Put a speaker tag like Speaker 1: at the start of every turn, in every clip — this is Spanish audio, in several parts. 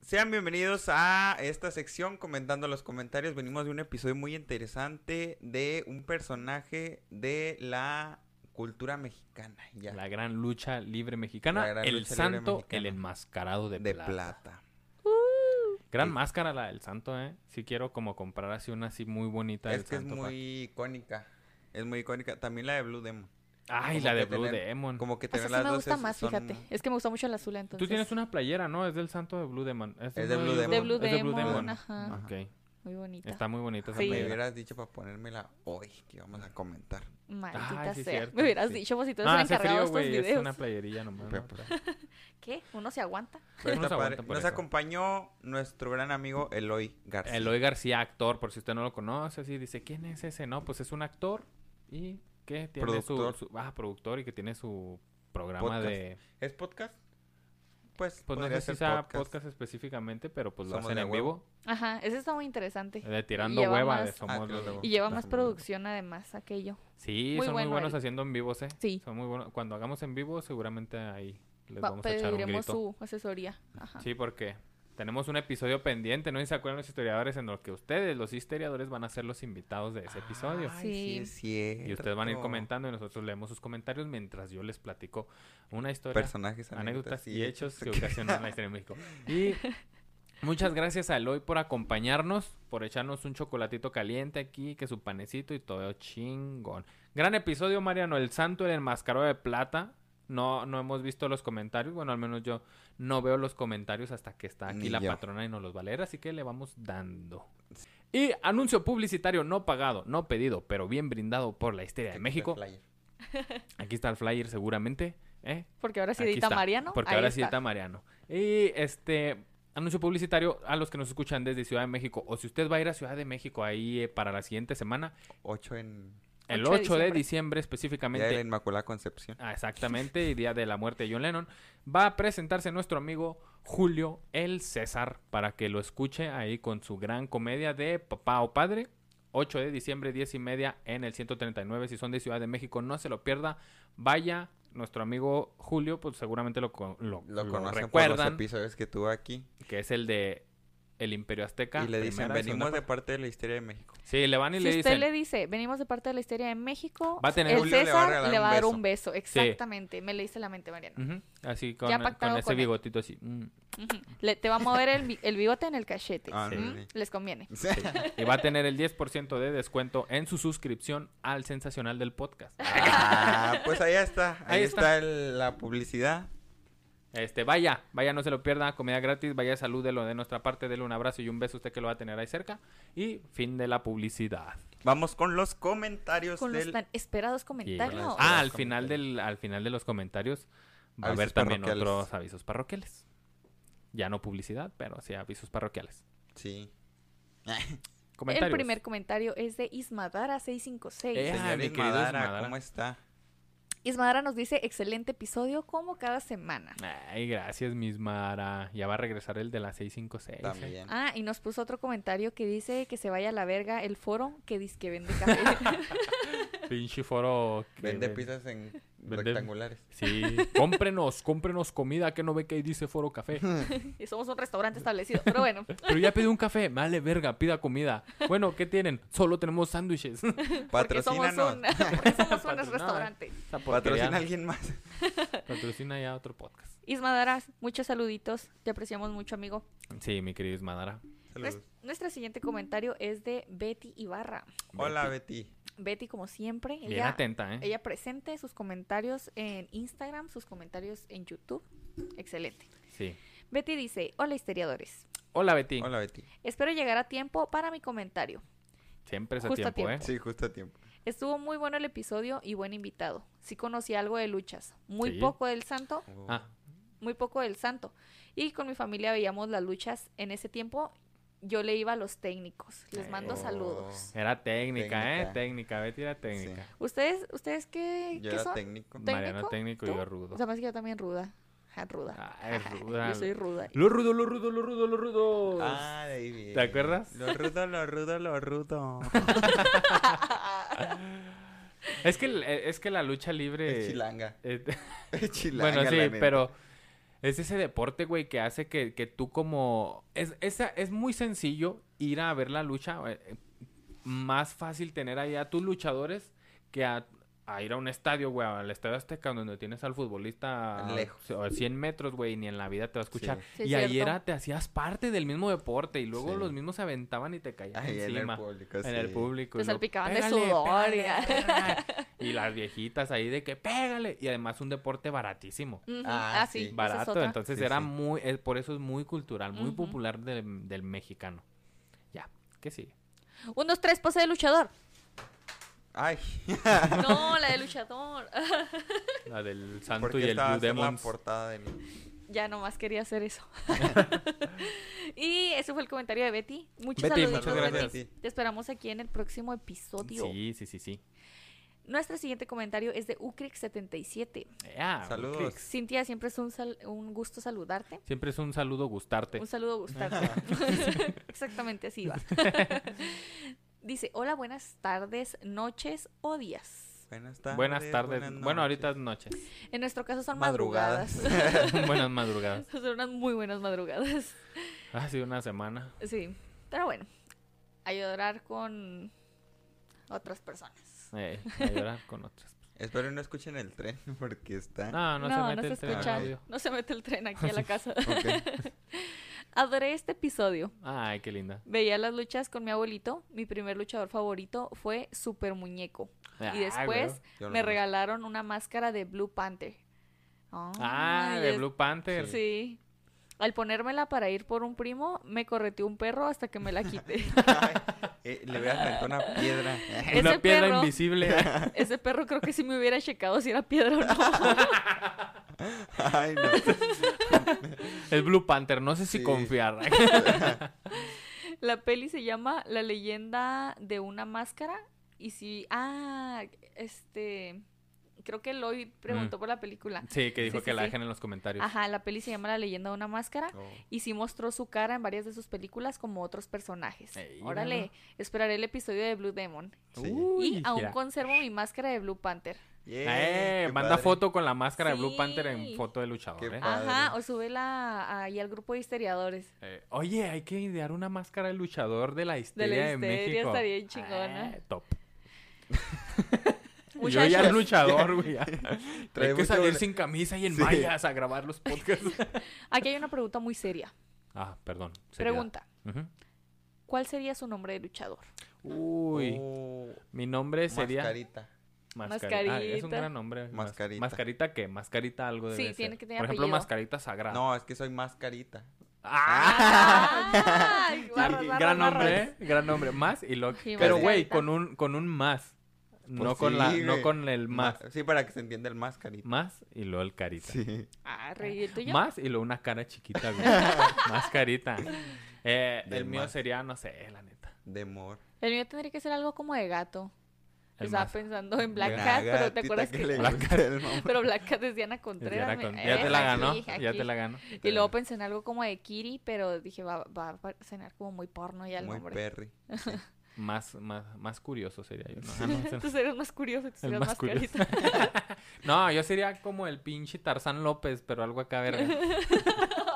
Speaker 1: Sean bienvenidos a esta sección comentando los comentarios. Venimos de un episodio muy interesante de un personaje de la cultura mexicana. Ya.
Speaker 2: La gran lucha libre mexicana.
Speaker 1: La gran
Speaker 2: el
Speaker 1: lucha libre
Speaker 2: santo,
Speaker 1: mexicana.
Speaker 2: el enmascarado de,
Speaker 1: de
Speaker 2: plata.
Speaker 1: plata.
Speaker 2: Gran
Speaker 1: Sí.
Speaker 2: máscara la del santo, ¿eh? Si quiero como comprar así una así muy bonita
Speaker 1: Es
Speaker 2: del
Speaker 1: que es
Speaker 2: santo. pa-
Speaker 1: muy icónica. Es muy icónica. También la de Blue Demon.
Speaker 2: Ay,
Speaker 1: como
Speaker 2: la
Speaker 1: que
Speaker 2: de Blue
Speaker 1: tener-
Speaker 2: Demon.
Speaker 1: Como que
Speaker 3: Esa
Speaker 1: tener
Speaker 3: Ah, sí
Speaker 1: las
Speaker 3: me
Speaker 1: dos
Speaker 3: gusta
Speaker 1: es-
Speaker 3: más,
Speaker 1: son-
Speaker 3: fíjate. Es que me gusta mucho el azul, entonces.
Speaker 2: Tú tienes una playera, ¿no? Es del santo de Blue Demon. Es,
Speaker 1: Es de Blue
Speaker 2: es
Speaker 3: De
Speaker 1: Demon.
Speaker 3: Blue
Speaker 2: Es de Blue
Speaker 3: Demon, Ah.
Speaker 2: Demon.
Speaker 3: ajá.
Speaker 1: Ajá.
Speaker 2: Ok.
Speaker 3: Muy bonita.
Speaker 2: Está muy bonita esa
Speaker 3: Sí.
Speaker 1: Me
Speaker 2: playera.
Speaker 1: hubieras dicho para ponérmela hoy, que íbamos a comentar.
Speaker 3: Maldita
Speaker 2: Ay, sí,
Speaker 3: sea.
Speaker 2: cierto,
Speaker 3: me hubieras
Speaker 2: sí.
Speaker 3: dicho vos si tú eres
Speaker 2: No,
Speaker 3: el
Speaker 2: hace
Speaker 3: encargado
Speaker 2: frío,
Speaker 3: de estos
Speaker 2: güey. Es
Speaker 3: videos.
Speaker 2: una playerilla nomás. ¿no?
Speaker 1: Pero, pues,
Speaker 3: ¿Qué? ¿Uno se aguanta?
Speaker 1: Pero
Speaker 2: No
Speaker 1: está
Speaker 2: se
Speaker 1: padre.
Speaker 2: aguantan por
Speaker 1: Nos
Speaker 2: eso.
Speaker 1: acompañó nuestro gran amigo Eloy García.
Speaker 2: Eloy García, actor, por si usted no lo conoce, así dice, ¿quién es ese? No, pues es un actor y que tiene
Speaker 1: Productor.
Speaker 2: su, su- ah, productor y que tiene su programa
Speaker 1: Podcast.
Speaker 2: de
Speaker 1: ¿Es podcast? Pues,
Speaker 2: pues no
Speaker 1: podría
Speaker 2: sé si
Speaker 1: ser
Speaker 2: sea podcast. específicamente, pero pues lo
Speaker 1: Somos
Speaker 2: hacen
Speaker 1: de
Speaker 2: en
Speaker 1: huevo.
Speaker 2: vivo,
Speaker 3: Ajá, ese está muy interesante.
Speaker 2: de tirando
Speaker 3: lleva
Speaker 2: hueva de
Speaker 3: más-
Speaker 1: Ah,
Speaker 2: somos
Speaker 1: claro,
Speaker 2: los de-
Speaker 1: huevo.
Speaker 3: Y lleva
Speaker 1: Está
Speaker 3: más
Speaker 1: muy bueno.
Speaker 3: producción además aquello.
Speaker 2: Sí,
Speaker 3: Muy
Speaker 2: son
Speaker 3: bueno
Speaker 2: muy buenos
Speaker 3: él.
Speaker 2: haciendo en vivos, eh.
Speaker 3: Sí.
Speaker 2: Son muy buenos. Cuando hagamos en vivo, seguramente ahí les
Speaker 3: Va-
Speaker 2: vamos a echar un grito.
Speaker 3: pediremos su asesoría. Ajá.
Speaker 2: Sí, porque tenemos un episodio pendiente, ¿no? Y se acuerdan los historiadores en los que ustedes, los historiadores, van a ser los invitados de ese episodio.
Speaker 1: Ay, sí,
Speaker 3: Sí.
Speaker 1: es cierto.
Speaker 2: Y ustedes van a ir comentando y nosotros leemos sus comentarios mientras yo les platico una historia,
Speaker 1: personajes,
Speaker 2: anécdotas y hechos que ocasionaron la historia de México. Y muchas gracias a Eloy por acompañarnos, por echarnos un chocolatito caliente aquí, que su panecito y todo chingón. Gran episodio, Mariano, el santo, el enmascarado de plata. No, no hemos visto los comentarios, bueno, al menos yo no veo los comentarios hasta que está aquí
Speaker 1: Ni
Speaker 2: la
Speaker 1: yo.
Speaker 2: patrona y nos los va a leer, así que le vamos dando. Y anuncio publicitario no pagado, no pedido, pero bien brindado por la Histeria de México. Aquí está el flyer seguramente. ¿eh?
Speaker 3: Porque ahora sí
Speaker 2: Aquí
Speaker 3: edita
Speaker 2: está,
Speaker 3: Mariano.
Speaker 2: Porque
Speaker 3: ahí
Speaker 2: ahora sí
Speaker 3: está.
Speaker 2: edita Mariano. Y este anuncio publicitario a los que nos escuchan desde Ciudad de México. O si usted va a ir a Ciudad de México ahí eh, para la siguiente semana,
Speaker 1: Ocho en
Speaker 2: el 8
Speaker 3: 8 de
Speaker 2: de diciembre,
Speaker 1: Día de la
Speaker 2: específicamente.
Speaker 1: Inmaculada Concepción.
Speaker 2: Ah, exactamente, y día de la muerte de John Lennon. Va a presentarse nuestro amigo Julio el César para que lo escuche ahí con su gran comedia de Papá o Padre. 8 de diciembre, 10 y media en el 139. Si son de Ciudad de México, no se lo pierda. Vaya, nuestro amigo Julio, pues seguramente lo, con- lo,
Speaker 1: Lo,
Speaker 2: lo
Speaker 1: conocen por los
Speaker 2: recuerdan,
Speaker 1: episodios que tuvo aquí.
Speaker 2: que es el de El Imperio Azteca.
Speaker 1: Y le dicen,
Speaker 2: primera y segunda
Speaker 1: venimos de
Speaker 2: parte".
Speaker 1: parte de la historia de México.
Speaker 2: Sí, le van y
Speaker 3: Si
Speaker 2: le
Speaker 3: usted
Speaker 2: dicen.
Speaker 3: le dice, venimos de parte de la historia de México,
Speaker 2: Va a tener-
Speaker 3: el
Speaker 1: Julio le va a
Speaker 3: César
Speaker 1: regalar
Speaker 3: le
Speaker 1: un
Speaker 3: va a dar
Speaker 1: beso.
Speaker 3: un beso. Exactamente. Me leíste la mente, Mariano.
Speaker 2: Ujú, Así con,
Speaker 3: Ya
Speaker 2: con
Speaker 3: pactado
Speaker 2: ese
Speaker 3: con él.
Speaker 2: bigotito así. mm.
Speaker 3: Ujú. Le- te va a mover el, bi- el bigote en el cachete.
Speaker 1: Ah,
Speaker 2: Sí.
Speaker 3: ¿Mm? Les conviene.
Speaker 2: Y va a tener el 10% de descuento en su suscripción al sensacional del podcast.
Speaker 1: Ah, pues ahí está. Ahí,
Speaker 2: Ahí
Speaker 1: está,
Speaker 2: está.
Speaker 1: el- la publicidad.
Speaker 2: Este, vaya, vaya, no se lo pierda, comida gratis, vaya, salúdelo de nuestra parte, dele un abrazo y un beso a usted que lo va a tener ahí cerca. Y fin de la publicidad.
Speaker 1: Vamos con los comentarios
Speaker 3: Con
Speaker 1: del...
Speaker 3: los tan esperados comentarios.
Speaker 1: Claro.
Speaker 2: Ah,
Speaker 1: Los
Speaker 2: al final del, al final de los comentarios va a haber
Speaker 1: Avisos
Speaker 2: también
Speaker 1: parroquiales.
Speaker 2: otros avisos parroquiales. Ya no publicidad, pero sí avisos parroquiales.
Speaker 1: Sí.
Speaker 2: Comentarios.
Speaker 3: El primer comentario es de Ismadara656.
Speaker 2: Eh, ah,
Speaker 1: Señor
Speaker 2: mi querido
Speaker 1: Ismadara,
Speaker 2: Ismadara.
Speaker 1: ¿cómo está?
Speaker 3: Ismadara nos dice, excelente episodio como cada semana.
Speaker 2: Ay, gracias, mis Mara. Ya va a regresar el de la 656.
Speaker 1: También.
Speaker 3: Ah, y nos puso otro comentario que dice que se vaya a la verga el foro que dice que vende café.
Speaker 2: Pinche foro. que
Speaker 1: Vende
Speaker 2: ven-
Speaker 1: pizzas en
Speaker 2: vende-
Speaker 1: rectangulares.
Speaker 2: Sí, cómprenos, cómprenos comida que no ve que ahí dice foro café.
Speaker 3: y somos un restaurante establecido. Pero bueno,
Speaker 2: Pero ya pedí un café, vale verga, pida comida. Bueno, ¿qué tienen? Solo tenemos sándwiches. Esa
Speaker 3: porque somos,
Speaker 1: Patrocínanos.
Speaker 3: un, porque somos un
Speaker 2: Patrocinada.
Speaker 3: restaurante.
Speaker 2: porquería.
Speaker 1: Patrocina a alguien más.
Speaker 2: Patrocina ya otro podcast.
Speaker 3: Ismadara, muchos saluditos. Te apreciamos mucho, amigo.
Speaker 2: Sí, mi querido Ismadara.
Speaker 1: Saludos.
Speaker 3: Nues- Nuestro siguiente comentario es de Betty Ibarra.
Speaker 1: Hola, Betty.
Speaker 3: Betty, como siempre,
Speaker 2: Bien
Speaker 3: ella,
Speaker 2: atenta, ¿eh?
Speaker 3: ella presente sus comentarios en Instagram, sus comentarios en YouTube. Excelente.
Speaker 2: Sí.
Speaker 3: Betty dice, hola historiadores,
Speaker 2: Hola, Betty.
Speaker 1: Hola, Betty.
Speaker 3: espero llegar a tiempo para mi comentario.
Speaker 2: Siempre es a
Speaker 3: Justo
Speaker 2: tiempo,
Speaker 3: a tiempo.
Speaker 2: ¿eh?
Speaker 1: Sí, justo a tiempo.
Speaker 3: Estuvo muy bueno el episodio y buen invitado. Sí conocí algo de luchas, muy
Speaker 2: Sí.
Speaker 3: poco del santo,
Speaker 1: Oh.
Speaker 2: Ah,
Speaker 3: muy poco del santo. Y con mi familia veíamos las luchas. En ese tiempo yo le iba a los técnicos. Les mando
Speaker 2: Oh.
Speaker 3: saludos.
Speaker 2: era técnica,
Speaker 1: Técnica.
Speaker 2: ¿eh? Técnica, Betty era
Speaker 1: Sí.
Speaker 2: técnica.
Speaker 3: ¿Ustedes, ustedes qué,
Speaker 1: Yo
Speaker 3: qué
Speaker 1: era
Speaker 3: son?
Speaker 1: técnico.
Speaker 3: Te-
Speaker 2: Mariano
Speaker 3: ¿Técnico?
Speaker 2: técnico y yo rudo.
Speaker 3: O sea, más que yo también ruda. Ja, ruda.
Speaker 2: Ah, es ruda.
Speaker 3: Yo soy ruda.
Speaker 2: Lo rudo, lo rudo, lo rudo, lo rudo.
Speaker 1: Ah, de ahí viene.
Speaker 2: ¿Te acuerdas?
Speaker 1: Lo rudo, lo rudo, lo rudo.
Speaker 2: Es que, el- es que la lucha
Speaker 1: Es
Speaker 2: libre...
Speaker 1: chilanga.
Speaker 2: eh,
Speaker 1: Es chilanga.
Speaker 2: Bueno,
Speaker 1: la
Speaker 2: sí,
Speaker 1: neta.
Speaker 2: pero Es ese deporte, güey, que hace que, que tú como... Es, es, es muy sencillo ir a ver la lucha. eh, Más fácil tener ahí a tus luchadores que a, a ir a un estadio, güey, al Estadio Azteca, donde tienes al futbolista a-
Speaker 1: Lejos.
Speaker 2: a 100 metros, güey, y ni en la vida te va a escuchar.
Speaker 1: Sí.
Speaker 3: Sí,
Speaker 2: y
Speaker 3: es
Speaker 2: ahí
Speaker 3: cierto.
Speaker 2: era, te hacías parte del mismo deporte y luego
Speaker 1: Sí.
Speaker 2: los mismos se aventaban y te caían
Speaker 1: Ahí en el
Speaker 2: encima.
Speaker 1: público,
Speaker 2: En el
Speaker 1: Pues sí.
Speaker 2: público.
Speaker 3: Te
Speaker 2: y luego,
Speaker 3: salpicaban de
Speaker 2: "Pégale,
Speaker 3: sudor y-
Speaker 2: pégale, verga". y las viejitas ahí de que pégale. Y además un deporte baratísimo.
Speaker 3: Ujú,
Speaker 1: Ah,
Speaker 3: Ah,
Speaker 1: sí.
Speaker 3: sí. esa es
Speaker 2: Barato.
Speaker 3: otra.
Speaker 2: Entonces
Speaker 1: Sí,
Speaker 2: era
Speaker 1: sí.
Speaker 2: muy, eh, por eso es muy cultural, muy
Speaker 3: Ujú.
Speaker 2: popular del, del mexicano. Ya, ¿qué sigue?
Speaker 3: Un, dos, tres, pose de luchador.
Speaker 1: Ay,
Speaker 3: No, la de luchador.
Speaker 2: La del
Speaker 1: ¿por
Speaker 2: santo y
Speaker 1: qué
Speaker 2: el
Speaker 1: estaba
Speaker 2: Blue
Speaker 1: hacer la
Speaker 2: Demons.
Speaker 1: portada de mí?
Speaker 3: Ya nomás quería hacer eso. y ese fue el comentario de Betty. Muchos
Speaker 2: Betty,
Speaker 3: saluditos,
Speaker 2: muchas gracias.
Speaker 3: Betty. Te esperamos aquí en el próximo episodio.
Speaker 2: Sí, sí, sí, sí.
Speaker 3: Nuestro siguiente comentario es de Ucrix77.
Speaker 2: Ya,
Speaker 1: Saludos.
Speaker 2: Uclix.
Speaker 3: Cintia, siempre es un, sal- un gusto saludarte.
Speaker 2: Siempre es un saludo gustarte.
Speaker 3: Un saludo gustarte. Exactamente así va. Dice, hola, buenas tardes, noches o días.
Speaker 1: Buenas tardes.
Speaker 2: buenas tardes.
Speaker 1: buenas noches.
Speaker 2: bueno, ahorita es noches.
Speaker 3: En nuestro caso son
Speaker 1: Madrugadas.
Speaker 3: madrugadas.
Speaker 2: buenas madrugadas.
Speaker 3: son unas muy buenas madrugadas.
Speaker 2: Ha sido una semana.
Speaker 3: Sí, pero bueno, ayudar con otras personas.
Speaker 2: Eh, a llorar con otras.
Speaker 1: Espero no escuchen el tren porque está.
Speaker 2: No, no, se mete el tren
Speaker 1: escucha.
Speaker 2: al audio.
Speaker 3: no se mete el tren aquí a la casa.
Speaker 1: Ok.
Speaker 3: Adoré este episodio.
Speaker 2: Ay, qué linda.
Speaker 3: Veía las luchas con mi abuelito. Mi primer luchador favorito fue Super Muñeco.
Speaker 2: Ah,
Speaker 3: y después
Speaker 2: güey.
Speaker 1: Yo
Speaker 3: me
Speaker 1: no-
Speaker 3: regalaron una máscara de Blue Panther.
Speaker 2: Ah,
Speaker 3: Ay,
Speaker 2: de
Speaker 3: es-
Speaker 2: Blue Panther.
Speaker 3: Sí. Al ponérmela para ir por un primo, me correteó un perro hasta que me la quité.
Speaker 1: Ay, eh, le voy a aventar una piedra.
Speaker 2: Una
Speaker 3: Ese
Speaker 2: piedra
Speaker 3: perro-
Speaker 2: invisible.
Speaker 3: Ese perro creo que sí me hubiera checado si era piedra o no.
Speaker 1: Ay, no.
Speaker 2: es Blue Panther, no sé si
Speaker 1: Sí.
Speaker 2: confiar.
Speaker 3: La peli se llama La leyenda de una máscara. Y si. Ah, este. Creo que Loy preguntó
Speaker 2: Mm.
Speaker 3: por la película.
Speaker 2: sí, que dijo
Speaker 3: Sí, sí,
Speaker 2: que la
Speaker 3: sí. Ah,
Speaker 2: dejen en los comentarios.
Speaker 3: Ajá, la peli se llama La leyenda de una máscara.
Speaker 1: Oh.
Speaker 3: Y sí mostró su cara en varias de sus películas como otros personajes.
Speaker 2: Ey,
Speaker 3: Órale,
Speaker 2: míralo.
Speaker 3: esperaré el episodio de Blue Demon.
Speaker 1: Sí.
Speaker 3: y
Speaker 2: Uy,
Speaker 3: aún
Speaker 2: mira.
Speaker 3: conservo mi máscara de Blue Panther.
Speaker 1: Yeah,
Speaker 2: Eh,
Speaker 1: qué
Speaker 2: manda
Speaker 1: padre.
Speaker 2: foto con la máscara de Blue Panther
Speaker 3: Sí.
Speaker 2: en foto de luchador.
Speaker 1: Qué
Speaker 2: eh.
Speaker 1: padre.
Speaker 3: Ajá, o súbela ahí al grupo de historiadores.
Speaker 2: Eh, oye, hay que idear una máscara de luchador de la
Speaker 3: De
Speaker 2: histeria
Speaker 3: la
Speaker 2: de,
Speaker 3: histeria
Speaker 2: México.
Speaker 3: estaría bien chingona.
Speaker 2: Ah, top. Yo
Speaker 3: Muchachos,
Speaker 2: ya es luchador, güey. ya.
Speaker 1: Trae
Speaker 2: Hay que
Speaker 1: mucho
Speaker 2: salir
Speaker 1: bla-
Speaker 2: sin camisa y en
Speaker 1: Sí.
Speaker 2: mallas a grabar los podcasts.
Speaker 3: aquí hay una pregunta muy seria.
Speaker 2: ah, perdón. seriedad.
Speaker 3: Pregunta,
Speaker 2: Ujú.
Speaker 3: ¿cuál sería su nombre de luchador?
Speaker 2: Uy,
Speaker 1: Oh,
Speaker 2: mi nombre sería...
Speaker 1: Mascarita.
Speaker 2: Mascarita. Ah, es un
Speaker 3: Mascarita.
Speaker 2: gran nombre. Mas-
Speaker 1: Mascarita.
Speaker 2: ¿Mascarita qué? Mascarita algo de
Speaker 3: Sí, tiene que tener
Speaker 2: Por ejemplo,
Speaker 3: apellido.
Speaker 2: Mascarita Sagrada.
Speaker 1: No, es que soy mascarita.
Speaker 2: ¡Ah!
Speaker 3: Ay, barras, barras,
Speaker 2: gran nombre,
Speaker 3: barras.
Speaker 2: ¿eh? Gran nombre. Más y lo...
Speaker 3: Y
Speaker 2: Pero,
Speaker 1: Mascarita.
Speaker 2: güey, con un, con un más. no,
Speaker 1: Pues
Speaker 2: con la,
Speaker 1: sí,
Speaker 2: no
Speaker 1: güey.
Speaker 2: con el más.
Speaker 1: Ma- Sí, para que se entienda el mascarita.
Speaker 2: Más y luego el carita.
Speaker 1: Sí.
Speaker 3: Ah, reí el tuyo.
Speaker 2: Más y luego una cara chiquita, güey. más carita. Eh,
Speaker 1: Del
Speaker 2: el mío
Speaker 1: más.
Speaker 2: sería, no sé, la neta.
Speaker 1: De amor.
Speaker 3: El mío tendría que ser algo como de gato.
Speaker 2: El
Speaker 3: Estaba
Speaker 2: más.
Speaker 3: pensando en Black
Speaker 1: Una
Speaker 3: Cat, pero ¿te
Speaker 1: gatita
Speaker 3: acuerdas que...
Speaker 1: le
Speaker 2: Black
Speaker 1: gusta
Speaker 2: Cat.
Speaker 1: el mamón.
Speaker 3: Pero Black Cat es Diana
Speaker 2: Es
Speaker 3: Contreras.
Speaker 2: Diana
Speaker 3: me-
Speaker 2: Con-
Speaker 3: eh,
Speaker 2: Ya te la ganó.
Speaker 3: aquí,
Speaker 2: Ya
Speaker 3: aquí.
Speaker 2: te la ganó.
Speaker 3: Y luego pensé en algo como de Kiri, pero dije, va, va a cenar como muy porno ya el
Speaker 1: Muy
Speaker 3: nombre.
Speaker 1: perry. Sí.
Speaker 2: Más, más, más curioso sería yo. No, Ah, no, ese no.
Speaker 3: Entonces eres más curioso, tú
Speaker 2: El
Speaker 3: eres
Speaker 2: más
Speaker 3: más
Speaker 2: curioso.
Speaker 3: carita.
Speaker 2: No, yo sería como el pinche Tarzán López, pero algo acá, verga.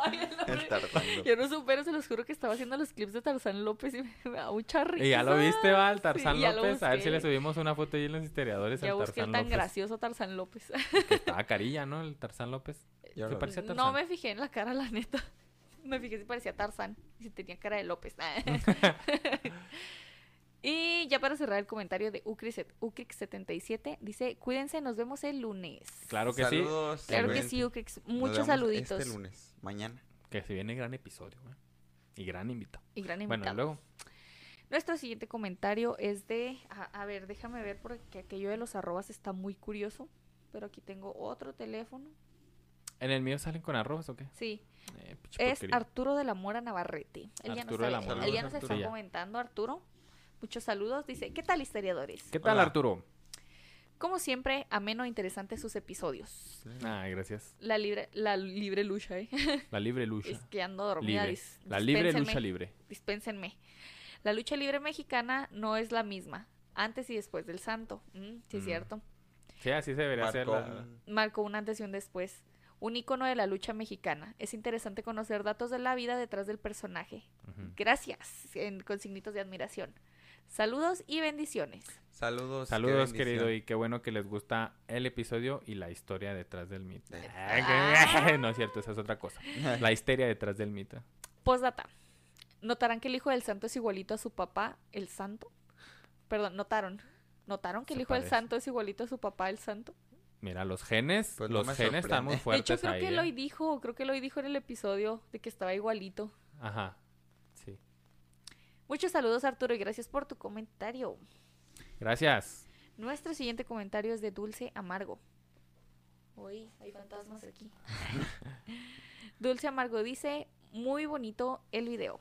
Speaker 3: Ay, el nombre.
Speaker 1: El tartando.
Speaker 3: Yo no supero, se los juro que estaba haciendo los clips de Tarzán López y me, me da un charrito.
Speaker 2: Y ya lo viste, va, el Tarzán
Speaker 3: ya lo
Speaker 2: López. A ver si
Speaker 3: busqué.
Speaker 2: le subimos una foto ahí en los historiadores
Speaker 3: Ya
Speaker 2: al
Speaker 3: busqué el
Speaker 2: Tarzán
Speaker 3: tan
Speaker 2: López.
Speaker 3: gracioso Tarzán López.
Speaker 2: Que estaba carilla, ¿no? El Tarzán López.
Speaker 1: Yo
Speaker 2: Sí,
Speaker 1: lo-
Speaker 2: parece- Parecía
Speaker 3: Pues, No
Speaker 2: Tarzán.
Speaker 3: me fijé en la cara, la neta. Me fijé si parecía Tarzán y si tenía cara de López. y ya para cerrar el comentario de Ucrix77, dice, cuídense, nos vemos el lunes.
Speaker 2: Claro que sí.
Speaker 1: Saludos.
Speaker 3: Claro que
Speaker 1: Rubén.
Speaker 3: sí, Ucrix.
Speaker 1: Nos
Speaker 3: Muchos
Speaker 1: vemos
Speaker 3: saluditos.
Speaker 1: Este lunes, mañana.
Speaker 2: Que se viene gran episodio, güey. Y gran invitado.
Speaker 3: Y gran invitado.
Speaker 2: Bueno, y luego.
Speaker 3: Nuestro siguiente comentario es de... A, a ver, déjame ver porque aquello de los arrobas está muy curioso. Pero aquí tengo otro teléfono.
Speaker 2: ¿En el mío salen con arrobas o qué?
Speaker 3: Sí,
Speaker 2: Eh, pinche
Speaker 3: Es
Speaker 2: porquería.
Speaker 3: Arturo de la Mora Navarrete. Él ya nos,
Speaker 2: Arturo de la
Speaker 3: él
Speaker 1: Mora.
Speaker 3: ya
Speaker 1: Saludos,
Speaker 3: nos
Speaker 1: Arturo.
Speaker 3: está
Speaker 2: Sí, ya.
Speaker 3: comentando, Arturo. Muchos saludos. Dice, ¿qué tal, historiadores?
Speaker 2: ¿Qué tal,
Speaker 1: Hola.
Speaker 2: Arturo?
Speaker 3: Como siempre, ameno e interesante sus episodios.
Speaker 2: Ah, gracias.
Speaker 3: La libre, la libre lucha, ¿eh?
Speaker 2: La libre
Speaker 3: Es
Speaker 2: lucha.
Speaker 3: que ando dormida.
Speaker 2: Libre.
Speaker 3: dis-
Speaker 2: La libre
Speaker 3: dispénsenme,
Speaker 2: lucha libre.
Speaker 3: Dispénsenme. La lucha libre mexicana no es la misma. Antes y después del santo. Mm, sí, es
Speaker 2: Mm.
Speaker 3: cierto.
Speaker 2: Sí, así se debería hacer.
Speaker 1: Marcó
Speaker 2: la-
Speaker 1: un-
Speaker 3: Marcó un antes y un después. un ícono de la lucha mexicana. Es interesante conocer datos de la vida detrás del personaje.
Speaker 2: Ujú.
Speaker 3: Gracias, en- con signitos de admiración. Saludos y bendiciones.
Speaker 1: Saludos. qué
Speaker 2: Saludos,
Speaker 1: bendición.
Speaker 2: querido, y qué bueno que les gusta el episodio y la historia detrás del mito.
Speaker 3: Ah.
Speaker 2: no es cierto, esa es otra cosa. La histeria detrás del mito.
Speaker 3: Postdata. ¿Notarán que el hijo del santo es igualito a su papá, el santo? Perdón, notaron. ¿Notaron que el
Speaker 2: Se
Speaker 3: hijo del
Speaker 2: parece.
Speaker 3: santo es igualito a su papá, el santo?
Speaker 2: Mira, los genes,
Speaker 1: Pues no
Speaker 2: los
Speaker 1: me
Speaker 2: genes están muy
Speaker 1: sorprende.
Speaker 2: fuertes
Speaker 3: de hecho, creo
Speaker 2: ahí,
Speaker 3: que
Speaker 2: ¿eh?
Speaker 3: Eloy dijo, creo que Eloy dijo en el episodio de que estaba igualito.
Speaker 2: ¿eh? Ajá. Sí.
Speaker 3: Muchos saludos, Arturo, y gracias por tu comentario.
Speaker 2: Gracias.
Speaker 3: Nuestro siguiente comentario es de Dulce Amargo. Uy, hay fantasmas aquí. Dulce Amargo dice, muy bonito el video.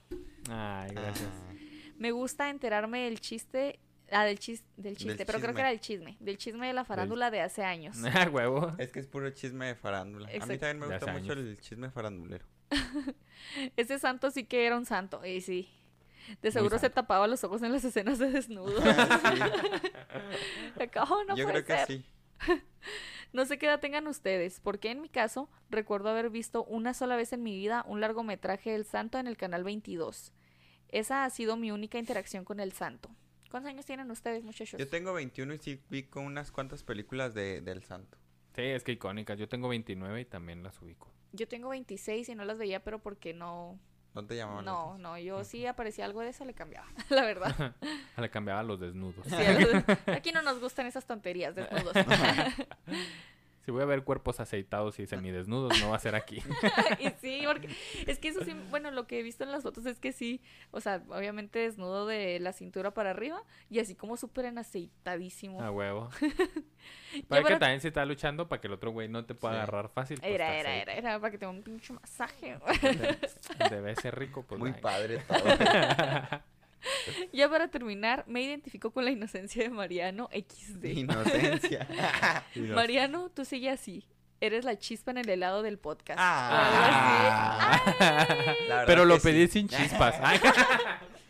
Speaker 2: Ay, gracias.
Speaker 1: Ah,
Speaker 3: Me gusta enterarme del chiste, ah, del, chis- del chiste, pero creo
Speaker 1: chisme.
Speaker 3: que era del chisme, del chisme de la farándula de hace años.
Speaker 2: Ah, huevo.
Speaker 1: Es que es puro chisme de farándula. A mí
Speaker 3: Exacto.
Speaker 1: también me
Speaker 2: De
Speaker 1: gusta
Speaker 2: hace
Speaker 1: mucho
Speaker 2: años.
Speaker 1: el chisme farandulero.
Speaker 3: Ese santo sí que era un santo, y sí. De seguro se
Speaker 2: santo.
Speaker 3: tapaba los ojos en las escenas de desnudo. Acá, "Oh, no
Speaker 1: Ah, Yo
Speaker 3: puede
Speaker 1: creo que
Speaker 3: ser".
Speaker 1: sí.
Speaker 3: No sé qué edad tengan ustedes, porque en mi caso recuerdo haber visto una sola vez en mi vida un largometraje del santo en el canal 22. Esa ha sido mi única interacción con el santo. ¿Cuántos años tienen ustedes, muchachos?
Speaker 1: Yo tengo 21 y sí vi con unas cuantas películas de, del santo.
Speaker 2: Sí, es que icónicas. Yo tengo 29 y también las ubico.
Speaker 3: Yo tengo 26 y no las veía, pero porque no...
Speaker 1: ¿No pues. te llamaban? la
Speaker 3: No, no, yo sí aparecía algo de eso, le cambiaba, la verdad.
Speaker 2: Ah, Le cambiaba los desnudos.
Speaker 3: Sí, a los- aquí no nos gustan esas tonterías desnudos.
Speaker 2: Si voy a ver cuerpos aceitados y semidesnudos, no va a ser aquí.
Speaker 3: y sí, porque es que eso sí, bueno, lo que he visto en las fotos es que sí, o sea, obviamente desnudo de la cintura para arriba y así como súper en aceitadísimo.
Speaker 2: A
Speaker 1: Ah,
Speaker 2: huevo. Para que
Speaker 3: pero-
Speaker 2: también se está luchando para que el otro güey no te pueda
Speaker 1: Sí.
Speaker 2: agarrar fácil. pues,
Speaker 3: era,
Speaker 2: te
Speaker 3: era,
Speaker 2: aceita.
Speaker 3: era, era para que tenga un pinche masaje.
Speaker 2: Debe ser rico, pues.
Speaker 1: Muy
Speaker 2: ay.
Speaker 1: padre todo.
Speaker 3: ya para terminar, me identifico con la inocencia de Mariano XD.
Speaker 1: Inocencia.
Speaker 2: Y los-
Speaker 3: Mariano, tú sigue así. Eres la chispa en el helado del podcast.
Speaker 1: Ah. La verdad
Speaker 2: Pero
Speaker 1: que
Speaker 2: lo
Speaker 1: sí.
Speaker 2: pedí sin chispas. Ay.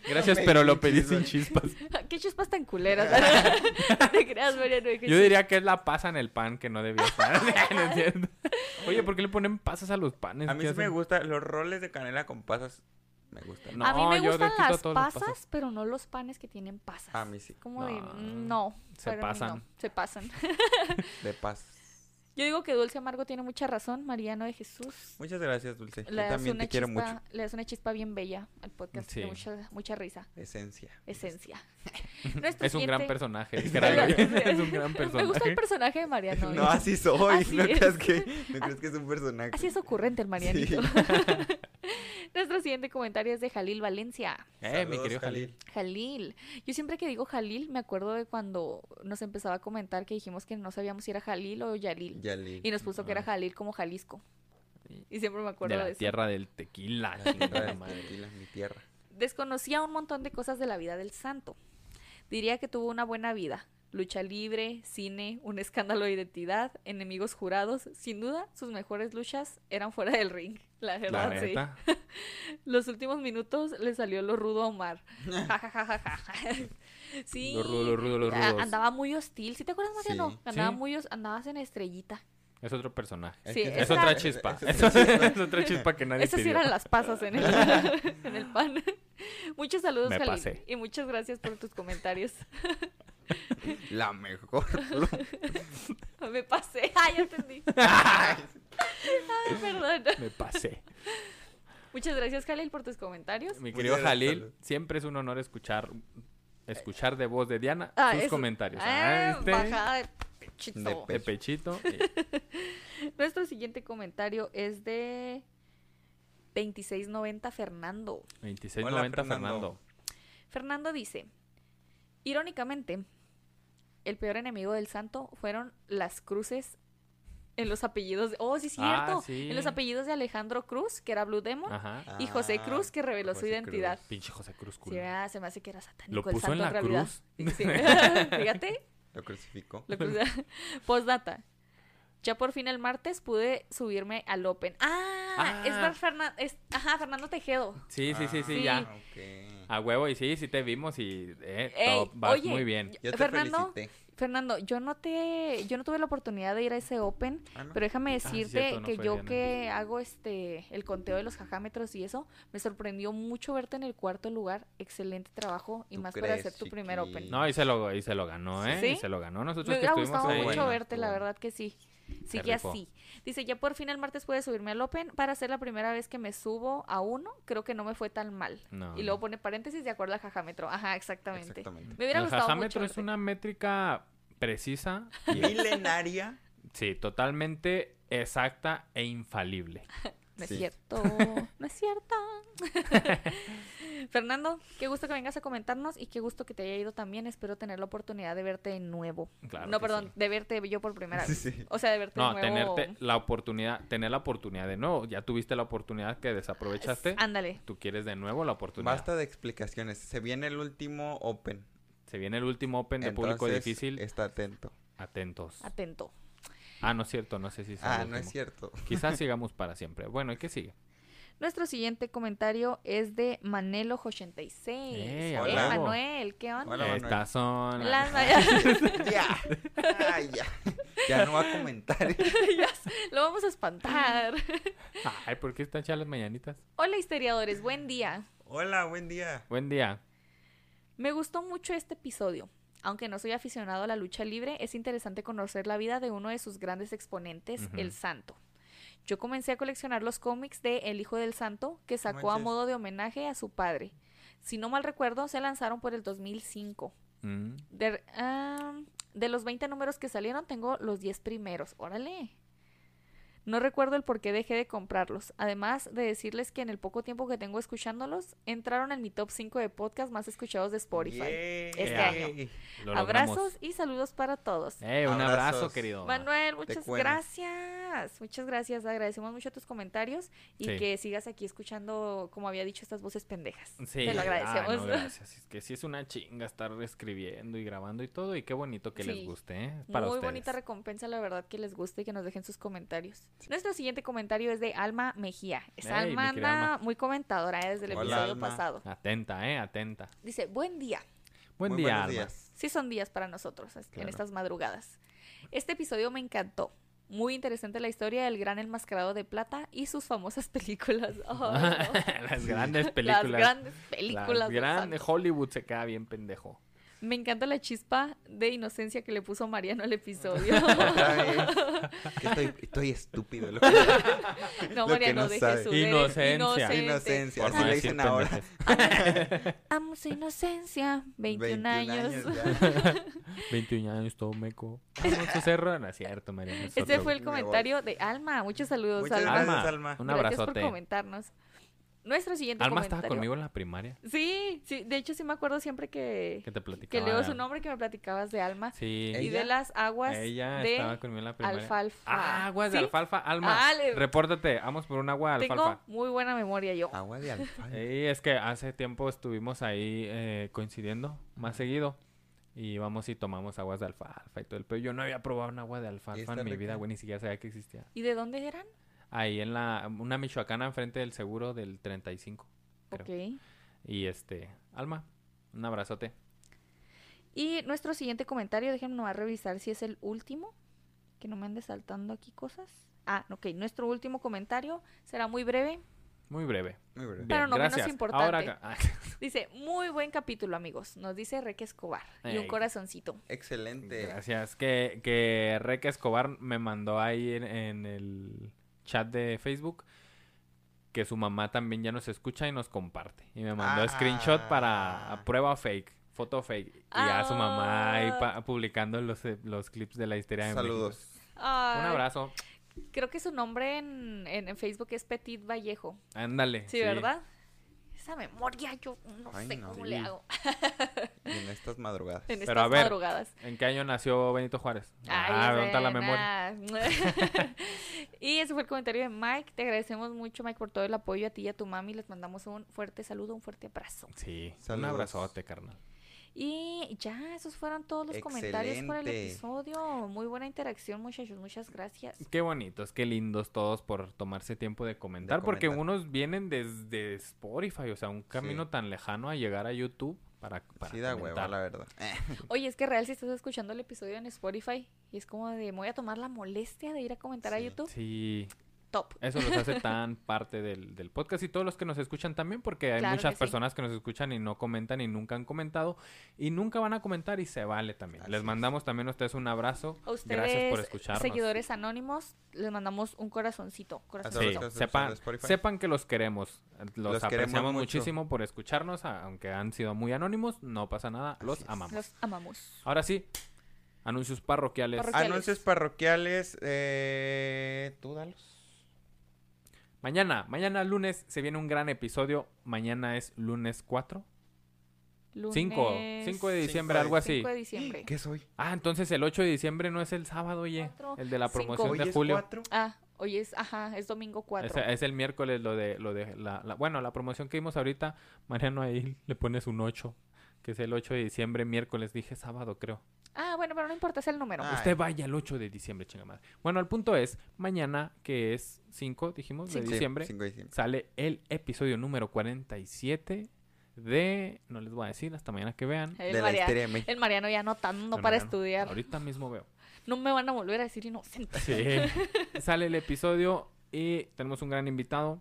Speaker 2: Gracias,
Speaker 1: No me
Speaker 2: pero
Speaker 1: echen
Speaker 2: lo pedí sin
Speaker 1: chispas.
Speaker 2: chispas.
Speaker 3: Qué chispas tan culeras. no te creas, Mariano. qué
Speaker 2: Yo diría que es la pasa en el pan que no debía estar. No entiendo. Oye, ¿por qué le ponen pasas a los panes?
Speaker 1: A mí
Speaker 2: ¿Qué
Speaker 1: sí me
Speaker 2: hacen?
Speaker 1: gusta. Los roles de canela con pasas me gustan.
Speaker 2: No,
Speaker 3: a mí me
Speaker 2: yo
Speaker 3: gustan
Speaker 2: le quito
Speaker 3: las
Speaker 2: todos los
Speaker 3: pasas,
Speaker 2: pasas.
Speaker 3: pero no los panes que tienen pasas.
Speaker 1: A mí sí.
Speaker 3: Como de,
Speaker 2: No,
Speaker 3: mm, no.
Speaker 2: se
Speaker 3: para mí no,
Speaker 2: pasan.
Speaker 3: se pasan.
Speaker 1: De pasas.
Speaker 3: Yo digo que Dulce Amargo tiene mucha razón, Mariano de Jesús.
Speaker 1: Muchas gracias, Dulce.
Speaker 3: Le
Speaker 1: Yo
Speaker 3: das,
Speaker 1: también
Speaker 3: una
Speaker 1: te quiero
Speaker 3: chispa,
Speaker 1: mucho.
Speaker 3: le das una chispa bien bella al podcast. de
Speaker 2: Sí.
Speaker 3: mucha, mucha risa,
Speaker 1: Esencia.
Speaker 3: esencia. Nuestro
Speaker 2: Es un gran
Speaker 3: siguiente-
Speaker 2: personaje. dijera yo. es un gran
Speaker 3: Me gusta
Speaker 2: personaje.
Speaker 3: el personaje de Mariano.
Speaker 1: No, así soy.
Speaker 3: Así
Speaker 1: no,
Speaker 3: es.
Speaker 1: creas que, no creas que es un personaje.
Speaker 3: Así es ocurrente el Marianito. Nuestro siguiente comentario es de Jalil Valencia.
Speaker 2: Eh, mi querido Jalil.
Speaker 3: Jalil. Yo siempre que digo Jalil me acuerdo de cuando nos empezaba a comentar que dijimos que no sabíamos si era Jalil o Yalil.
Speaker 1: Jalil.
Speaker 3: Y nos puso que era Jalil como Jalisco. Y siempre me acuerdo
Speaker 2: De
Speaker 3: de,
Speaker 2: la
Speaker 3: eso.
Speaker 2: tierra del tequila. chingada madre.
Speaker 1: Tranquila, mi tierra.
Speaker 3: Desconocía un montón de cosas de la vida del santo. Diría que tuvo una buena vida. Lucha libre, cine, un escándalo de identidad, enemigos jurados. Sin duda, sus mejores luchas eran fuera del ring. La
Speaker 2: La
Speaker 3: verdad, Ah, sí.
Speaker 2: neta.
Speaker 3: Los últimos minutos le salió lo rudo a Omar. Ja, ja, ja, ja, ja. Sí.
Speaker 2: Lo rudo, lo rudo, lo
Speaker 3: a-
Speaker 2: rudo.
Speaker 3: Ah, Andaba muy hostil. ¿Sí te acuerdas, Mariano?
Speaker 1: Sí.
Speaker 3: Andaba
Speaker 2: Sí.
Speaker 3: muy hos- Andabas en estrellita.
Speaker 2: Es otro personaje.
Speaker 3: Sí,
Speaker 1: que
Speaker 2: Es
Speaker 3: Esa-
Speaker 2: otra chispa.
Speaker 1: es
Speaker 2: Es
Speaker 1: otra chispa.
Speaker 2: es otra chispa que nadie
Speaker 3: Esas sí
Speaker 2: pidió.
Speaker 3: eran las pasas en el, en el pan. Muchos saludos,
Speaker 2: Me
Speaker 3: Jalil,
Speaker 2: pasé.
Speaker 3: Y muchas gracias por tus comentarios.
Speaker 1: La mejor.
Speaker 3: Me pasé. Ah, ya entendí. Ay, perdón.
Speaker 2: Me pasé.
Speaker 3: Muchas gracias, Jalil, por tus comentarios.
Speaker 2: Mi querido
Speaker 1: bien,
Speaker 2: Jalil,
Speaker 1: salud.
Speaker 2: siempre es un honor escuchar escuchar de voz de Diana
Speaker 3: Ah,
Speaker 2: sus
Speaker 3: eso-
Speaker 2: comentarios.
Speaker 3: Ah,
Speaker 2: Ah, ¿viste?
Speaker 3: bajada de pechito.
Speaker 1: De
Speaker 2: De pechito. eh,
Speaker 3: Nuestro siguiente comentario es de 2690 Fernando.
Speaker 2: 2690
Speaker 1: Hola,
Speaker 2: Fernando.
Speaker 1: Fernando.
Speaker 3: Fernando dice, irónicamente, el peor enemigo del santo fueron las cruces en los apellidos de... Oh, sí, es
Speaker 2: Ah,
Speaker 3: cierto.
Speaker 2: sí.
Speaker 3: En los apellidos de Alejandro Cruz, que era Blue Demon,
Speaker 1: Ah,
Speaker 2: Ajá.
Speaker 3: y José Cruz, que
Speaker 1: pues
Speaker 3: reveló su
Speaker 2: José
Speaker 3: identidad.
Speaker 2: Cruz. Pinche José Cruz.
Speaker 3: Sí,
Speaker 2: culo.
Speaker 3: ah, se me hace que era satánico
Speaker 2: Lo
Speaker 3: el
Speaker 2: puso en
Speaker 3: santo
Speaker 2: la
Speaker 3: realidad.
Speaker 2: cruz.
Speaker 3: Sí, sí. Fíjate,
Speaker 1: Lo crucificó.
Speaker 3: lo cruz- Postdata. Ya por fin el martes pude subirme al Open. Ah,
Speaker 2: Ah.
Speaker 3: es, Fer- Fernan- es- ajá, Fernando Tejedo.
Speaker 2: Sí, sí, sí, sí,
Speaker 3: Sí.
Speaker 2: ya.
Speaker 1: ok.
Speaker 2: A huevo, y sí, sí te vimos y eh,
Speaker 3: Ey,
Speaker 2: top, vas
Speaker 3: oye,
Speaker 2: muy bien.
Speaker 1: Yo te
Speaker 3: Fernando,
Speaker 1: felicité.
Speaker 3: Fernando, yo no te, yo no tuve la oportunidad de ir a ese Open,
Speaker 1: Ah, ¿no?
Speaker 3: pero déjame
Speaker 2: sí,
Speaker 3: decirte
Speaker 2: cierto, no
Speaker 3: que
Speaker 2: fue
Speaker 3: yo
Speaker 2: Diana.
Speaker 3: que hago este el conteo de los jajámetros y eso, me sorprendió mucho verte en el cuarto lugar. Excelente trabajo y
Speaker 1: ¿Tú
Speaker 3: más para
Speaker 1: crees,
Speaker 3: hacer tu primer Open.
Speaker 1: chiqui?
Speaker 2: No, y se lo, y se lo ganó, ¿eh?
Speaker 3: ¿Sí?
Speaker 2: Y se lo ganó. Nosotros
Speaker 3: Me
Speaker 2: que
Speaker 3: hubiera
Speaker 2: estuvimos
Speaker 3: gustado
Speaker 2: ahí.
Speaker 3: mucho
Speaker 1: bueno,
Speaker 3: verte, la
Speaker 1: estuvo
Speaker 3: verdad que sí. Sí,
Speaker 2: Se
Speaker 3: que
Speaker 2: rifó.
Speaker 3: así. Dice, ya por fin el martes pude subirme al Open para ser la primera vez que me subo a uno. Creo que no me fue tan mal.
Speaker 2: No,
Speaker 3: y luego
Speaker 2: no.
Speaker 3: pone paréntesis de acuerdo al jajámetro. Ajá, exactamente.
Speaker 1: Exactamente.
Speaker 3: Me hubiera
Speaker 2: el
Speaker 3: gustado mucho.
Speaker 2: jajámetro es
Speaker 3: verte.
Speaker 2: una métrica precisa. y-
Speaker 1: Milenaria.
Speaker 2: sí, totalmente exacta e infalible.
Speaker 3: No es
Speaker 1: Sí.
Speaker 3: cierto, no es cierto. Fernando, qué gusto que vengas a comentarnos y qué gusto que te haya ido también. Espero tener la oportunidad de verte de nuevo.
Speaker 2: Claro
Speaker 3: no,
Speaker 2: que
Speaker 3: perdón,
Speaker 2: sí.
Speaker 3: de verte yo por primera
Speaker 1: Sí,
Speaker 3: vez.
Speaker 1: sí.
Speaker 3: O sea, de verte
Speaker 2: No,
Speaker 3: de nuevo.
Speaker 2: tenerte la oportunidad, tener la oportunidad de nuevo. Ya tuviste la oportunidad que desaprovechaste.
Speaker 3: Ándale.
Speaker 2: Tú quieres de nuevo la oportunidad.
Speaker 1: Basta de explicaciones. Se viene el último Open.
Speaker 2: Se viene el último Open de público
Speaker 1: Entonces, eh,
Speaker 2: difícil.
Speaker 1: Está atento.
Speaker 2: Atentos.
Speaker 3: Atento.
Speaker 2: Ah, no es cierto, no sé si sea el
Speaker 1: Ah, no es
Speaker 2: último.
Speaker 1: cierto.
Speaker 2: Quizás sigamos para siempre. Bueno, ¿y qué sigue?
Speaker 3: Nuestro siguiente comentario es de Manelo86.
Speaker 2: Ey,
Speaker 1: a
Speaker 3: eh,
Speaker 1: huevo.
Speaker 3: Manuel, ¿qué onda?
Speaker 1: Hola, Manuel.
Speaker 2: Estas son
Speaker 3: Las
Speaker 1: ya. Ay, ya. Ya no va a comentar.
Speaker 3: Ya sé, Lo vamos a espantar.
Speaker 2: Ay, ¿por qué están hechas las mañanitas?
Speaker 3: Hola, historiadores, buen día.
Speaker 1: Hola, buen día.
Speaker 2: Buen día.
Speaker 3: Me gustó mucho este episodio. Aunque no soy aficionado a la lucha libre, es interesante conocer la vida de uno de sus grandes exponentes,
Speaker 2: Ujú.
Speaker 3: el Santo. Yo comencé a coleccionar los cómics de El Hijo del Santo, que sacó a
Speaker 1: manches.
Speaker 3: modo de homenaje a su padre. Si no mal recuerdo, se lanzaron por el 2005.
Speaker 2: Mm.
Speaker 3: De, ah, de los 20 números que salieron, tengo los 10 primeros. Órale. No recuerdo el por qué dejé de comprarlos. Además de decirles que en el poco tiempo que tengo escuchándolos, entraron en mi top 5 de podcast más escuchados de Spotify.
Speaker 1: Este
Speaker 3: año.
Speaker 2: Lo logramos.
Speaker 3: Abrazos y saludos para todos.
Speaker 2: Eh, un abrazo,
Speaker 1: Abrazos.
Speaker 2: querido.
Speaker 3: Manuel, muchas
Speaker 1: cuero.
Speaker 3: gracias. Muchas gracias. Agradecemos mucho tus comentarios y
Speaker 2: Sí.
Speaker 3: que sigas aquí escuchando, como había dicho, estas voces pendejas.
Speaker 2: Sí,
Speaker 3: Te lo
Speaker 2: ah,
Speaker 3: agradecemos.
Speaker 2: no, gracias. Es que sí es una chinga estar escribiendo y grabando y todo. Y qué bonito que
Speaker 3: Sí.
Speaker 2: les guste, ¿eh? Para
Speaker 3: Muy
Speaker 2: ustedes.
Speaker 3: bonita recompensa, la verdad, que les guste y que nos dejen sus comentarios. Nuestro siguiente comentario es de Alma Mejía. Es
Speaker 2: Ey,
Speaker 3: Alma
Speaker 2: mi querida
Speaker 3: anda
Speaker 2: Alma.
Speaker 3: muy comentadora eh, desde el
Speaker 1: Hola,
Speaker 3: episodio
Speaker 1: Alma.
Speaker 3: pasado.
Speaker 2: Atenta, eh, atenta.
Speaker 3: Dice, buen día.
Speaker 2: Buen
Speaker 1: Muy
Speaker 2: día,
Speaker 1: buenos
Speaker 2: Alma.
Speaker 1: días.
Speaker 3: Sí son días para nosotros as- en
Speaker 2: Claro.
Speaker 3: estas madrugadas. Este episodio me encantó. Muy interesante la historia del gran enmascarado de plata y sus famosas películas. Ay, no.
Speaker 2: Las grandes películas.
Speaker 3: Las grandes
Speaker 2: Las
Speaker 3: películas. Dios
Speaker 2: grandes-
Speaker 3: santo.
Speaker 2: Hollywood se queda bien pendejo.
Speaker 3: Me encanta la chispa de inocencia que le puso Mariano al episodio.
Speaker 1: Otra vez. Que estoy, estoy estúpido. loco.
Speaker 3: no,
Speaker 1: Lo que
Speaker 3: Mariano,
Speaker 1: no
Speaker 3: deje
Speaker 1: sabe.
Speaker 3: su deber.
Speaker 2: Inocencia.
Speaker 3: Inocente.
Speaker 1: Inocencia.
Speaker 2: Por
Speaker 1: Así
Speaker 2: no
Speaker 1: le
Speaker 2: decir
Speaker 1: dicen ahora.
Speaker 2: pendejes.
Speaker 3: Amo su inocencia, 21, años.
Speaker 1: ya.
Speaker 2: 21 años, todo meco. Vamos a cerro. No es cierto, María. es
Speaker 3: Este
Speaker 2: otro.
Speaker 3: fue el
Speaker 1: Me voy.
Speaker 3: comentario de Alma. Muchos saludos,
Speaker 1: Muchas
Speaker 3: Alma.
Speaker 1: gracias,
Speaker 2: Alma,
Speaker 1: Alma.
Speaker 2: un
Speaker 3: Gracias por
Speaker 2: abrazote.
Speaker 3: comentarnos. Nuestro siguiente
Speaker 2: Alma
Speaker 3: comentario.
Speaker 2: estaba conmigo en la primaria.
Speaker 3: Sí, sí, de hecho sí me acuerdo siempre que,
Speaker 2: Que te platicaba.
Speaker 3: que leo su nombre que me platicabas de Alma
Speaker 2: Sí.
Speaker 3: y
Speaker 1: Ella-
Speaker 3: de las aguas
Speaker 2: Ella
Speaker 3: de
Speaker 2: estaba conmigo en la primaria.
Speaker 3: alfalfa.
Speaker 2: Ah, aguas de
Speaker 3: ¿Sí?
Speaker 2: alfalfa. Alma,
Speaker 3: Ale.
Speaker 2: repórtate. Vamos por un agua de
Speaker 3: Tengo
Speaker 2: alfalfa.
Speaker 3: muy buena memoria yo.
Speaker 2: Ah.
Speaker 1: Agua de alfalfa.
Speaker 2: Y es que hace tiempo estuvimos ahí eh, coincidiendo más seguido. Y vamos y tomamos aguas de alfalfa y todo el pedo. Yo no había probado un agua de alfalfa
Speaker 1: está
Speaker 2: en mi
Speaker 1: rica.
Speaker 2: vida, güey. Ni siquiera sabía que existía.
Speaker 3: ¿Y de dónde eran?
Speaker 2: Ahí en la... Una michoacana enfrente del seguro del 35. Creo.
Speaker 3: Ok.
Speaker 2: Y este... Alma, un abrazote.
Speaker 3: Y nuestro siguiente comentario, déjenme nomás revisar si es el último, que no me ande saltando aquí cosas. Ah, ok, nuestro último comentario será muy breve.
Speaker 2: Muy breve.
Speaker 1: Muy bueno.
Speaker 3: Pero
Speaker 2: Bien,
Speaker 3: no menos
Speaker 2: gracias.
Speaker 3: importante.
Speaker 2: Ahora...
Speaker 3: Dice, muy buen capítulo amigos, nos dice Reque Escobar. Y un
Speaker 2: Ey.
Speaker 3: corazoncito.
Speaker 1: Excelente.
Speaker 2: Gracias. Que, que Reca Escobar me mandó ahí en, en el chat de Facebook que su mamá también ya nos escucha y nos comparte. Y me mandó
Speaker 1: Ah.
Speaker 2: screenshot para a prueba fake, foto fake. Y a su mamá
Speaker 3: Ah.
Speaker 2: ahí pa- publicando los, eh, los clips de la histeria de México.
Speaker 1: Saludos.
Speaker 2: Un
Speaker 3: Ay,
Speaker 2: abrazo.
Speaker 3: Creo que su nombre en, en- en Facebook es Petit Vallejo.
Speaker 2: Ándale.
Speaker 3: Sí, ¿verdad? Esa memoria yo no
Speaker 1: Ay,
Speaker 3: sé
Speaker 1: no.
Speaker 3: cómo le
Speaker 2: Sí.
Speaker 3: hago
Speaker 1: Y en estas madrugadas.
Speaker 3: en
Speaker 2: Pero a
Speaker 3: estas
Speaker 2: ver,
Speaker 3: madrugadas.
Speaker 2: ¿En qué año nació Benito Juárez?
Speaker 3: Ay,
Speaker 2: ah,
Speaker 3: ya
Speaker 2: ¿dónde está la
Speaker 3: sé,
Speaker 2: memoria?
Speaker 3: nah. y ese fue el comentario de Mike. Te agradecemos mucho, Mike, por todo el apoyo a ti y a tu mami. Les mandamos un fuerte saludo, un fuerte abrazo.
Speaker 2: Sí, un
Speaker 1: Saludos.
Speaker 2: abrazote, carnal.
Speaker 3: Y ya, esos fueron todos los comentarios por el
Speaker 1: Excelente.
Speaker 3: episodio. Muy buena interacción, muchachos. Muchas gracias.
Speaker 2: Qué bonitos, qué lindos todos por tomarse tiempo de comentar, porque
Speaker 1: comentar.
Speaker 2: unos vienen desde Spotify, o sea, un camino tan lejano a llegar a YouTube para, para
Speaker 1: sí da hueva,
Speaker 2: comentar.
Speaker 1: la verdad. Eh,
Speaker 3: Oye, es que real, si estás escuchando el episodio en Spotify y es como de, me voy a tomar la molestia de ir a comentar a
Speaker 1: Sí.
Speaker 3: YouTube,
Speaker 2: Sí,
Speaker 3: top.
Speaker 2: eso los hace tan parte del, del podcast y todos los que nos escuchan también, porque hay
Speaker 3: Claro
Speaker 2: muchas
Speaker 3: que sí.
Speaker 2: personas que nos escuchan y no comentan y nunca han comentado y nunca van a comentar y se vale también.
Speaker 1: Así
Speaker 2: Les
Speaker 1: es.
Speaker 2: mandamos también a ustedes un abrazo.
Speaker 3: A ustedes,
Speaker 2: Gracias por escucharnos.
Speaker 3: seguidores anónimos, les mandamos un corazoncito.
Speaker 1: A todos
Speaker 2: Sí,
Speaker 1: los que
Speaker 3: corazoncito.
Speaker 1: nos escuchan
Speaker 2: sepan,
Speaker 1: de Spotify.
Speaker 2: sepan que los queremos. Los,
Speaker 1: Los queremos
Speaker 2: apreciamos
Speaker 1: mucho.
Speaker 2: muchísimo por escucharnos, a- aunque han sido muy anónimos, no pasa nada, los
Speaker 1: Así es.
Speaker 2: amamos.
Speaker 3: Los amamos.
Speaker 2: Ahora sí, anuncios parroquiales.
Speaker 3: Parroquiales.
Speaker 1: Anuncios parroquiales, eh, tú dalos.
Speaker 2: Ah, Mañana, mañana lunes se viene un gran episodio. Mañana es lunes 4, 5, 5 de
Speaker 1: Cinco
Speaker 2: diciembre,
Speaker 1: de-
Speaker 2: algo así.
Speaker 3: 5 de diciembre.
Speaker 1: ¿Qué soy?
Speaker 2: Ah, entonces el 8 de diciembre no es el sábado, oye.
Speaker 3: Cuatro,
Speaker 2: El de la
Speaker 3: cinco.
Speaker 2: promoción
Speaker 1: ¿Hoy
Speaker 2: de
Speaker 1: es
Speaker 2: julio.
Speaker 1: cuatro?
Speaker 3: Ah, hoy es, ajá, es domingo 4.
Speaker 2: Es, es el miércoles lo de, lo de la, la- bueno, la promoción que vimos ahorita, Mariano ahí le pones un 8, que es el 8 de diciembre, miércoles, dije sábado creo.
Speaker 3: Ah, bueno, pero no importa, es el número.
Speaker 1: Ah, Ay.
Speaker 2: Usted vaya el 8 de diciembre, chinga madre. Bueno, el punto es, mañana, que es 5, dijimos, de
Speaker 3: Cinco.
Speaker 1: Sí,
Speaker 2: diciembre,
Speaker 1: cinco de diciembre.
Speaker 2: sale el episodio número 47 de, no les voy a decir, hasta mañana que vean.
Speaker 3: el,
Speaker 1: De la
Speaker 3: Mariano,
Speaker 1: historia de México.
Speaker 3: el Mariano ya anotando
Speaker 2: Bueno,
Speaker 3: para
Speaker 2: Mariano,
Speaker 3: estudiar.
Speaker 2: Ahorita mismo veo.
Speaker 3: No me van a volver a decir inocente.
Speaker 2: Sí. Sale el episodio y tenemos un gran invitado.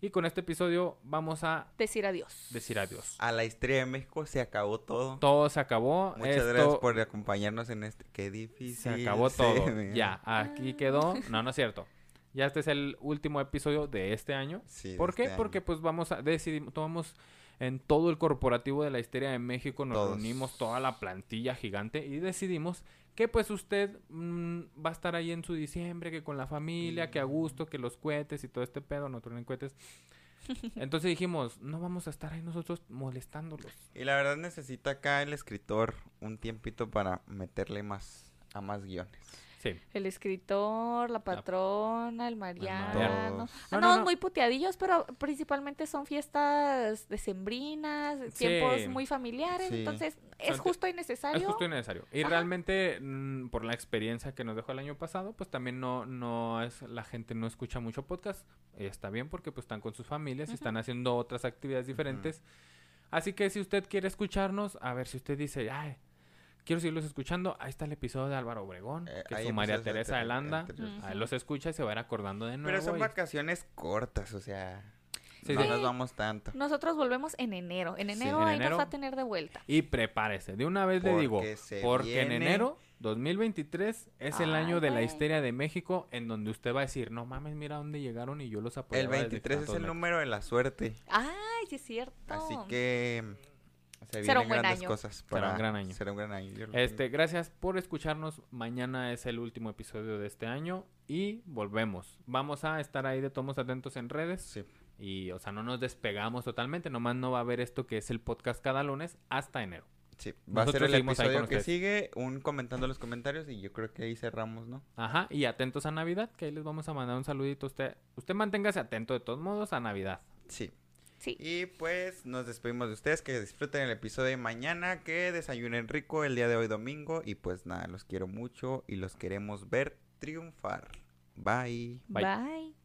Speaker 2: Y con este episodio vamos a
Speaker 3: Decir adiós.
Speaker 2: decir adiós.
Speaker 1: A la historia de México se acabó todo.
Speaker 2: Todo se acabó.
Speaker 1: Muchas
Speaker 2: Esto
Speaker 1: gracias por acompañarnos en este. Qué difícil.
Speaker 2: se acabó
Speaker 1: se
Speaker 2: todo.
Speaker 1: ve.
Speaker 2: Ya, aquí quedó. No, no es cierto. Ya este es el último episodio de este año.
Speaker 1: Sí, de
Speaker 2: ¿Por qué?
Speaker 1: este año.
Speaker 2: Porque pues vamos a decidimos, tomamos en todo el corporativo de la histeria de México, nos
Speaker 1: Todos.
Speaker 2: reunimos toda la plantilla gigante y decidimos que pues usted mm, va a estar ahí en su diciembre, que con la familia,
Speaker 1: Mm.
Speaker 2: que a gusto, que los cohetes y todo este pedo, no truenen cohetes. Entonces dijimos, no vamos a estar ahí nosotros molestándolos.
Speaker 1: Y la verdad necesita acá el escritor un tiempito para meterle más a más guiones.
Speaker 2: Sí.
Speaker 3: El escritor, la patrona, el mariano.
Speaker 1: Todos.
Speaker 3: Ah,
Speaker 2: No,
Speaker 3: No,
Speaker 2: no, no.
Speaker 3: muy puteadillos, pero principalmente son fiestas decembrinas,
Speaker 2: Sí.
Speaker 3: tiempos muy familiares.
Speaker 1: Sí.
Speaker 3: Entonces, es
Speaker 2: Son-
Speaker 3: justo y necesario.
Speaker 2: Es justo y necesario. Y
Speaker 3: Ajá.
Speaker 2: realmente, mm, por la experiencia que nos dejó el año pasado, pues también no, no es, la gente no escucha mucho podcast. Y está bien porque pues están con sus familias y están haciendo otras actividades diferentes. Así que si usted quiere escucharnos, a ver si usted dice, ay, quiero seguirlos escuchando, ahí está el episodio de Álvaro Obregón,
Speaker 1: Eh,
Speaker 2: que
Speaker 1: hay
Speaker 2: es su María
Speaker 1: episodios
Speaker 2: Teresa de
Speaker 1: anteriores-
Speaker 2: Landa.
Speaker 1: anteriores.
Speaker 3: Ujú.
Speaker 2: Ahí los escucha y se va a ir acordando de nuevo.
Speaker 1: Pero son
Speaker 2: y-
Speaker 1: vacaciones cortas, o sea,
Speaker 2: Sí,
Speaker 1: no
Speaker 2: sí.
Speaker 1: nos vamos tanto.
Speaker 3: Nosotros volvemos en enero. En
Speaker 1: Sí.
Speaker 3: enero
Speaker 2: En
Speaker 3: ahí
Speaker 2: enero.
Speaker 3: nos va a tener de vuelta.
Speaker 2: Y prepárese, de una vez le digo,
Speaker 1: Porque se
Speaker 2: porque en
Speaker 1: viene-
Speaker 2: enero 2023 es el
Speaker 3: Ay,
Speaker 2: año de la
Speaker 3: güey.
Speaker 2: histeria de México en donde usted va a decir, no mames, mira dónde llegaron y yo los apoyaba.
Speaker 1: El
Speaker 2: Pues desde
Speaker 1: 23 es
Speaker 2: tantos
Speaker 1: el
Speaker 2: metros".
Speaker 1: número de la suerte,
Speaker 3: Ay, sí es cierto.
Speaker 1: así que mm, se
Speaker 3: Será un
Speaker 1: vienen
Speaker 3: buen
Speaker 1: grandes
Speaker 3: año.
Speaker 1: cosas
Speaker 2: un
Speaker 1: para
Speaker 2: gran año.
Speaker 1: será un gran año, yo lo
Speaker 2: Este, gracias por escucharnos. Mañana es el último episodio de este año y volvemos. Vamos a estar ahí de tomos atentos en redes.
Speaker 1: Sí.
Speaker 2: Y, o sea, no nos despegamos totalmente. Nomás no va a haber esto que es el podcast cada lunes hasta enero.
Speaker 1: Sí, va a ser
Speaker 2: Nosotros
Speaker 1: el
Speaker 2: seguimos ahí con
Speaker 1: episodio que
Speaker 2: ustedes.
Speaker 1: sigue, un comentando los comentarios y yo creo que ahí cerramos, ¿no?
Speaker 2: Ajá, y atentos a Navidad, que ahí les vamos a mandar un saludito a usted. Usted manténgase atento de todos modos a Navidad.
Speaker 1: Sí.
Speaker 3: Sí.
Speaker 1: Y pues nos despedimos de ustedes, que disfruten el episodio de mañana, que desayunen rico el día de hoy domingo y pues nada, los quiero mucho y los queremos ver triunfar. Bye.
Speaker 2: Bye.
Speaker 3: Bye.